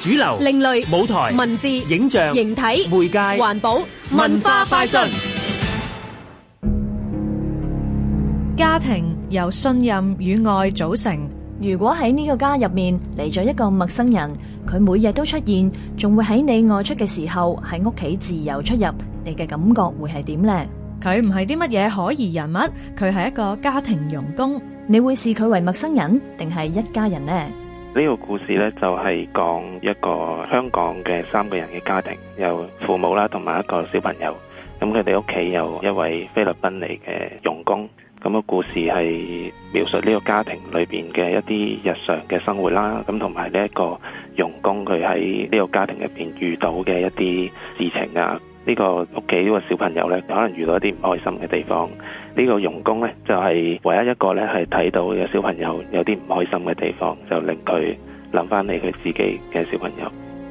主流、另類舞台、文字、影像、形體、媒介、環保、文文化快化快訊訊。家庭由信任與愛組成。如果喺呢個家入面嚟咗一個陌生人，佢每日都出現，仲會喺你外出嘅時候喺屋企自由出入，你嘅感覺會係點呢？佢唔係啲乜嘢可疑人物，佢係一個家庭傭工。你會視佢為陌生人定係一家人呢？呢個故事呢，就係講一個香港嘅三個人嘅家庭，有父母啦，同埋一個小朋友。咁佢哋屋企有一位菲律賓嚟嘅傭工。咁個故事係描述呢個家庭裏邊嘅一啲日常嘅生活啦，咁同埋呢一個傭工佢喺呢個家庭入邊遇到嘅一啲事情啊。呢個屋企呢個小朋友呢，可能遇到一啲唔開心嘅地方。呢個傭工呢，就係、唯一一個呢，係睇到嘅小朋友有啲唔開心嘅地方，就令佢諗翻起佢自己嘅小朋友。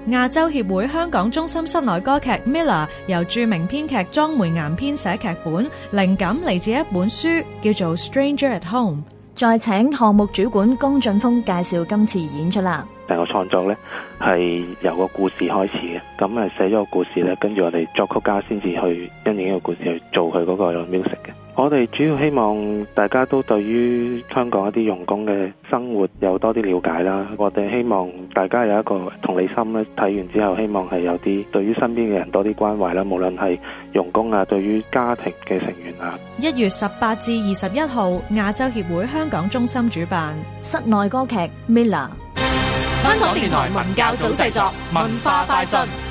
亞洲協會香港中心室內歌劇《Miller》由著名編劇莊梅岩編寫劇本，靈感嚟自一本書叫做《Stranger at Home》。再請項目主管江俊峰介紹今次演出啦。成個創呃作呢，係由個故事開始嘅，咁係寫咗個故事呢，跟住我哋作曲家先至去因應呢個故事去做佢嗰個 music 嘅。我哋主要希望大家都對於香港一啲用工嘅生活有多啲了解啦。我哋希望大家有一個同理心咧，睇完之後希望係有啲對於身邊嘅人多啲關懷啦，無論係用工啊，對於家庭嘅成員啊。一月十八至二十一號，亞洲協會香港中心主辦。室內歌劇《Miller》。香港電台文教組製作，文化快訊。